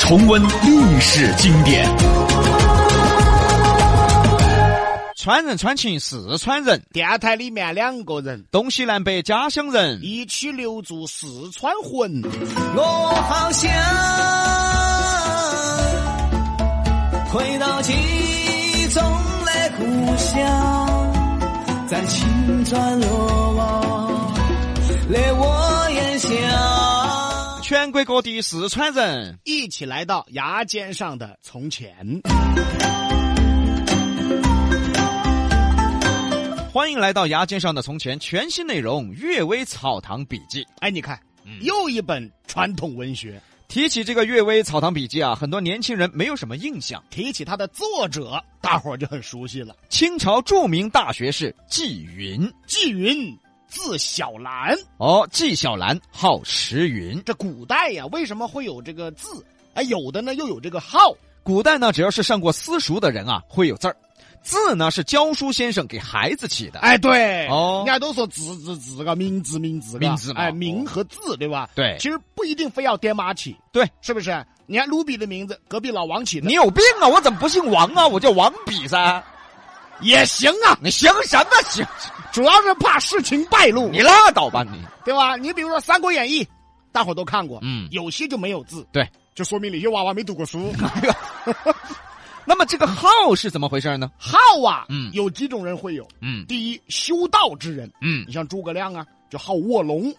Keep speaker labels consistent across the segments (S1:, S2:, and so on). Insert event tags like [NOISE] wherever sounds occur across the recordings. S1: 重温历史经典。
S2: 川人川秦四川人，
S3: 电台里面两个人，
S2: 东西南北家乡人。
S3: 一起留住四川魂。
S4: 我好想回到记忆中的故乡，在青砖罗网的屋檐下。
S2: 全国各地四川人，
S3: 一起来到牙尖上的从前。
S2: 欢迎来到牙尖上的从前，全新内容《阅微草堂笔记》。
S3: 哎，你看，又一本传统文学。
S2: 提起这个《阅微草堂笔记》啊，很多年轻人没有什么印象。
S3: 提起它的作者，大伙儿就很熟悉了。
S2: 清朝著名大学士纪云，
S3: 纪云，字小兰。
S2: 哦，纪晓岚，号石云。
S3: 这古代呀，为什么会有这个字？哎，有的呢又有这个号。
S2: 古代呢，只要是上过私塾的人啊，会有字儿。字呢是教书先生给孩子起的。
S3: 哎，对，
S2: 哦
S3: 人家都说字字字个名字名字个
S2: 名字嘛
S3: 哎，
S2: 哦
S3: 名和字对吧？
S2: 对
S3: 其实不一定非要爹妈起，
S2: 对，
S3: 是不是？你看卢比的名字，隔壁老王起的
S2: 你有病啊！我怎么不姓王啊？我叫王比噻。
S3: 也行啊，
S2: 你行什么行？
S3: 主要是怕事情败露，
S2: 你拉倒吧你。
S3: 对吧？你比如说《三国演义》，大伙儿都看过，
S2: 嗯
S3: 有些就没有字，
S2: 对，
S3: 就说明有些娃娃没读过书。
S2: 那么这个号是怎么回事呢？
S3: 号啊，
S2: 嗯
S3: 有几种人会有，
S2: 嗯
S3: 第一，修道之人，
S2: 嗯
S3: 你，像诸葛亮啊，就好卧龙，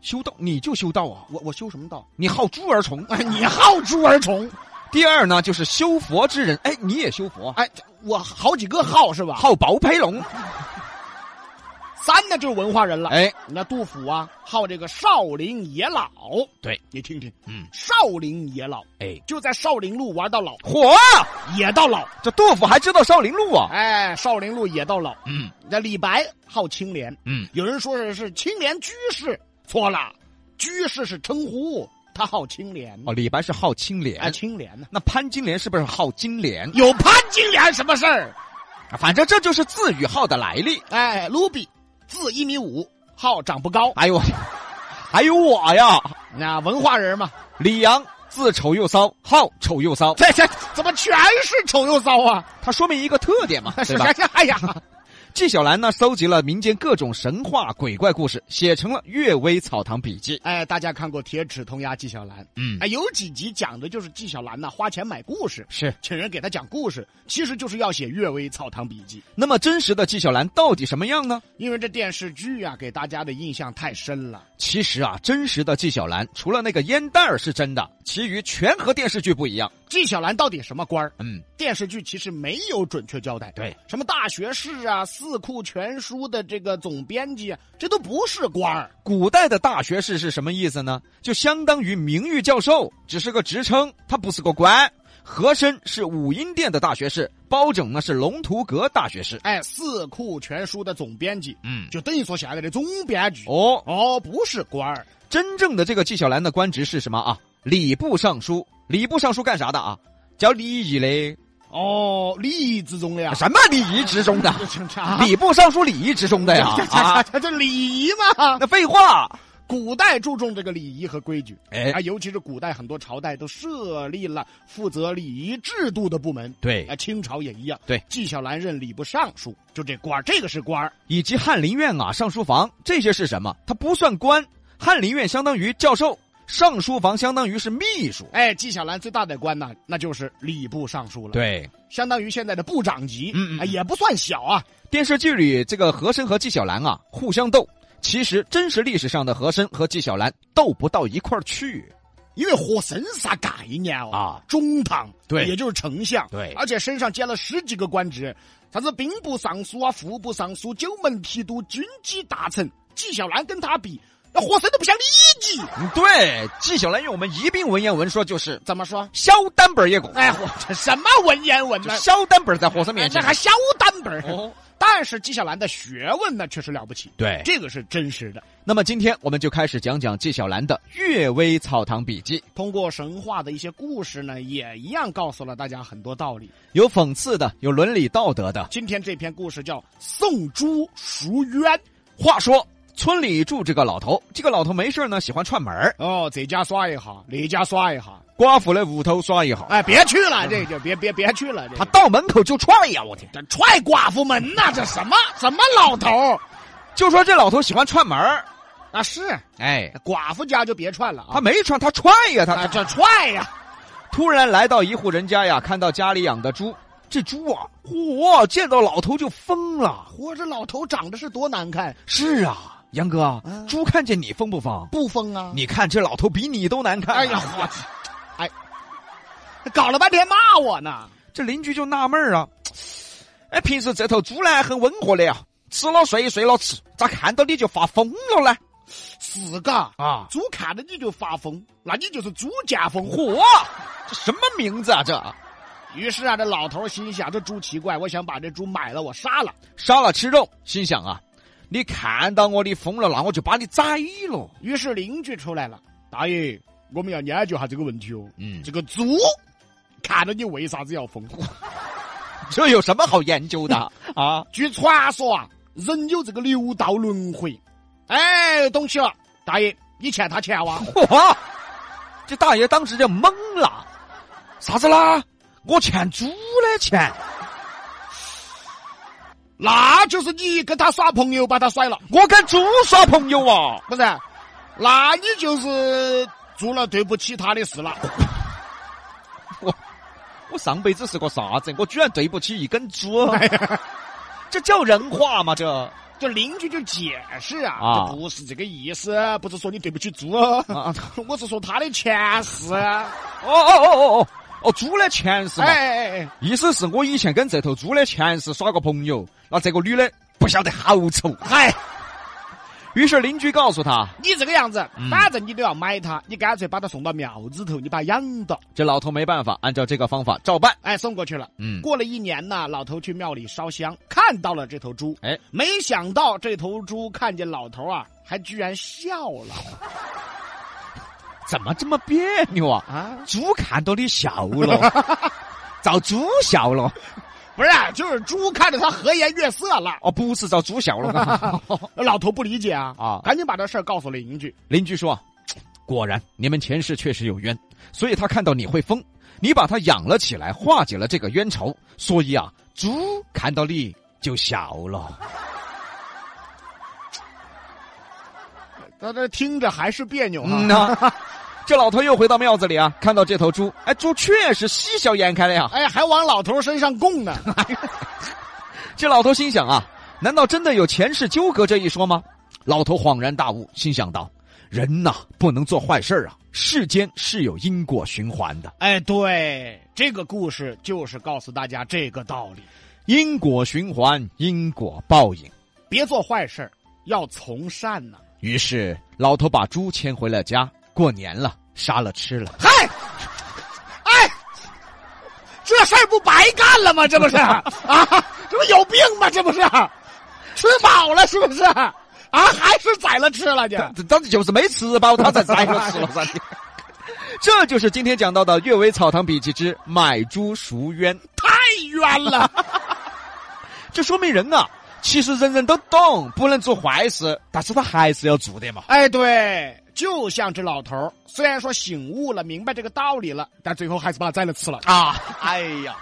S2: 修道你就修道啊，
S3: 我我修什么道？
S2: 你好猪儿虫。
S3: 哎， [LAUGHS] 你好猪儿虫，
S2: 第二呢，就是修佛之人，哎，你也修佛，
S3: 哎，这我好几个号是吧？
S2: 好薄培龙，
S3: 三呢就是文化人了，
S2: 哎，
S3: 那杜甫啊，好这个少林野老。
S2: 对，
S3: 你听听，
S2: 嗯，
S3: 少林野老，
S2: 哎，
S3: 就在少林路玩到老，
S2: 火啊！
S3: 野到老。
S2: 这杜甫还知道少林路啊，
S3: 哎，少林路野到老。
S2: 嗯，
S3: 那李白好清廉，
S2: 嗯，
S3: 有人说是是清廉居士，错了，居士是称呼，他好清廉。
S2: 哦，李白是好清
S3: 哎，
S2: 廉，
S3: 清廉呢、
S2: 那潘金莲是不是好金莲？
S3: 有潘金莲什么事儿？
S2: 啊反正这就是字与号的来历。
S3: 哎，卢比，字一米五，号长不高，
S2: 哎呦， [LAUGHS] 还有我呀，
S3: 那文化人嘛，
S2: 李阳字丑又骚，好丑又骚，
S3: 这这怎么全是丑又骚啊？
S2: 它说明一个特点 [LAUGHS] 嘛，对吧？
S3: [LAUGHS] 哎呀，
S2: 纪晓岚呢，搜集了民间各种神话鬼怪故事，写成了《阅微草堂笔记》。
S3: 哎，大家看过《铁齿铜牙纪晓岚》？
S2: 嗯
S3: 哎，有几集讲的就是纪晓岚呐、花钱买故事，
S2: 是。
S3: 请人给他讲故事，其实就是要写《阅微草堂笔记》。
S2: 那么真实的纪晓岚到底什么样呢？
S3: 因为这电视剧啊，给大家的印象太深了。
S2: 其实啊，真实的纪晓岚除了那个烟袋儿是真的，其余全和电视剧不一样。
S3: 纪晓岚到底什么官儿？
S2: 嗯，
S3: 电视剧其实没有准确交代。
S2: 对，
S3: 什么大学士啊，四库全书的这个总编辑啊，这都不是官儿。
S2: 古代的大学士是什么意思呢？就相当于名誉教授，只是个职称，他不是个官。和珅是武英殿的大学士，包拯呢是龙图阁大学士。
S3: 哎，四库全书的总编辑，
S2: 嗯，
S3: 就等于说现在的总编剧。
S2: 哦，
S3: 哦，不是官儿，
S2: 真正的这个纪晓岚的官职是什么啊？礼部尚书。礼部尚书干啥的啊？叫礼仪嘞？
S3: 哦，利益之中的呀。
S2: 什么礼仪之中 [LAUGHS] 的？
S3: 这这这啊
S2: 礼部尚书礼仪之中 [LAUGHS] 的呀？啊，
S3: [LAUGHS] 这这礼仪嘛，
S2: 那废话。
S3: 古代注重这个礼仪和规矩，
S2: 哎
S3: 啊，尤其是古代很多朝代都设立了负责礼仪制度的部门，
S2: 对
S3: 啊，清朝也一样，
S2: 对
S3: 纪晓岚任礼部尚书，就这官儿，这个是官儿，
S2: 以及翰林院啊、尚书房这些是什么？它不算官，翰林院相当于教授，尚书房相当于是秘书。
S3: 哎，纪晓岚最大的官呢，那就是礼部尚书了，，
S2: 对，
S3: 相当于现在的部长级，
S2: 嗯嗯
S3: 啊，也不算小啊，
S2: 电视剧里这个和珅和纪晓岚啊互相斗，其实真实历史上的和珅和纪晓岚斗不到一块儿去。
S3: 因为和珅啥概念哦
S2: 啊
S3: 中堂
S2: 对
S3: 也就是丞相
S2: 对
S3: 而且身上兼了十几个官职，啥子兵部尚书啊、副部尚书、九门提督、军机大臣。纪晓岚跟他比，那活神都不想理你。
S2: 嗯对，纪晓岚用我们宜宾文言文说就是
S3: 怎么说？
S2: 肖单本也狗，
S3: 哎，我这什么文言文呢？
S2: 肖单本在火神
S3: 哎
S2: 面
S3: 这
S2: 前
S3: 还肖单本儿。
S2: 哦哎
S3: 但是纪晓岚的学问呢，确实了不起。
S2: 对
S3: 这个是真实的。
S2: 那么今天我们就开始讲讲纪晓岚的《阅微草堂笔记》，
S3: 通过神话的一些故事呢，也一样告诉了大家很多道理。
S2: 有讽刺的，有伦理道德的。
S3: 今天这篇故事叫《送猪赎冤》。
S2: 话说村里住这个老头，这个老头没事儿呢，喜欢串门儿，
S3: 哦，这家耍一下，那家耍一下，
S2: 寡妇的屋头耍一下，
S3: 哎，别去了，这就别别别去了，这
S2: 啊他到门口就踹呀！我天，
S3: 这踹寡妇门呐、这什么什么老头儿
S2: 就说这老头喜欢串门儿，
S3: 啊？是
S2: 哎，
S3: 寡妇家就别踹了
S2: 他
S3: 啊，
S2: 没串，他踹呀！他
S3: 啊这踹呀、
S2: 突然来到一户人家呀，看到家里养的猪，这猪啊，嚯，见到老头就疯了。
S3: 嚯，这老头长得是多难看，
S2: 是啊，杨哥
S3: 嗯，
S2: 猪看见你疯不疯？
S3: 不疯啊！
S2: 你看这老头比你都难看。
S3: [LAUGHS]
S2: 啊
S3: 哎呀，我去，哎，搞了半天骂我呢。
S2: 这邻居就纳闷儿啊，哎，平时这头猪呢很温和的呀，吃了睡，睡了吃，咋看到你就发疯了呢？
S3: 是嘎，
S2: 啊，
S3: 猪看着你就发疯，那你就是猪见疯货。
S2: 嚯，这什么名字啊？这
S3: 于是啊，这老头心想：这猪奇怪，我想把这猪买了，我杀了。
S2: 杀了吃肉，心想啊，你看到我你疯了，那我就把你宰了。
S3: 于是邻居出来了，大爷，我们要研究下这个问题哦。
S2: 嗯，
S3: 这个猪看着你为啥子要疯？
S2: 这有什么好研究的啊？
S3: 据传说啊，人有这个六道轮回。哎，懂起了，大爷，你欠他钱哇？
S2: 嚯，这大爷当时就懵了，啥子啦？我欠猪的钱，
S3: 那就是你跟他耍朋友，把他甩了。
S2: 我跟猪耍朋友啊？
S3: 不是，那你就是做了对不起他的事了。 [LAUGHS]
S2: 我上辈子是个啥子？我居然对不起一根猪，这叫人话吗？这啊
S3: 这邻居就解释啊，
S2: 啊
S3: 这不是这个意思，不是说你对不起猪，哦
S2: 啊
S3: [LAUGHS] 我是说他的前世。
S2: 哦哦哦哦哦哦，猪的前世
S3: 哎
S2: 嘛，
S3: 哎哎，
S2: 意思是我以前跟这头猪的前世耍过朋友，那这个女的不晓得好丑。
S3: 嗨，
S2: 于是邻居告诉他，
S3: 你这个样子，
S2: 嗯
S3: 反正你都要买它，你干脆把它送到庙子头，你把它养到。
S2: 这老头没办法，按照这个方法照办。
S3: 哎，送过去了。
S2: 嗯，
S3: 过了一年呢，老头去庙里烧香，看到了这头猪。
S2: 哎，
S3: 没想到这头猪看见老头啊，还居然笑了
S2: 怎么这么别扭啊？
S3: 啊！
S2: 猪看到你笑 [LAUGHS] 了，遭猪笑了，
S3: 不是，啊就是猪看着他和颜悦色了。
S2: 哦，不是遭猪笑 [LAUGHS] 了。
S3: 老头不理解啊
S2: 啊
S3: 赶紧把这事儿告诉邻居。
S2: 邻居说：“果然，你们前世确实有冤，所以他看到你会疯，你把他养了起来，化解了这个冤仇，所以啊，猪看到你就笑了。
S3: 他这听着还是别扭”
S2: 嗯
S3: 啊。
S2: 呐、这老头又回到庙子里啊，看到这头猪，哎，猪确实喜笑颜开了呀。
S3: 哎，还往老头身上
S2: [LAUGHS]
S3: 供呢。
S2: 这老头心想啊，难道真的有前世纠葛这一说吗？老头恍然大悟，心想到：人呐、不能做坏事儿啊，世间是有因果循环的。
S3: 哎，对，这个故事就是告诉大家这个道理：
S2: 因果循环，因果报应。
S3: 别做坏事儿，要从善呐、
S2: 于是老头把猪牵回了家，过年了，杀了吃了。
S3: 嗨，哎，这事儿不白干了吗？这不是
S2: [LAUGHS]
S3: 啊？这不有病吗？这不是？啊吃饱了是不是？啊，还是宰了
S2: [LAUGHS]
S3: 吃了去？
S2: 这当时就是没吃饱，他才宰了吃了噻。 [LAUGHS] 这就是今天讲到的《阅微草堂笔记之买猪赎冤》，
S3: 太冤了！
S2: 这说明人啊，其实人人都懂，不能做坏事，但是他还是要做的嘛。
S3: 哎，对，就像这老头儿，虽然说醒悟了，明白这个道理了，但最后还是把它宰了吃了。
S2: 啊，哎呀，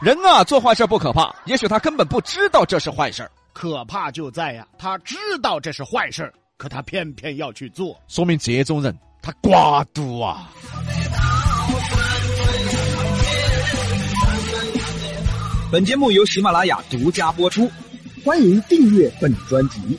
S2: 人啊，做坏事不可怕，也许他根本不知道这是坏事儿，
S3: 可怕就在呀、他知道这是坏事儿可他偏偏要去做。
S2: 说明这种人他瓜毒啊。
S5: 本节目由喜马拉雅独家播出。
S6: 欢迎订阅本专辑。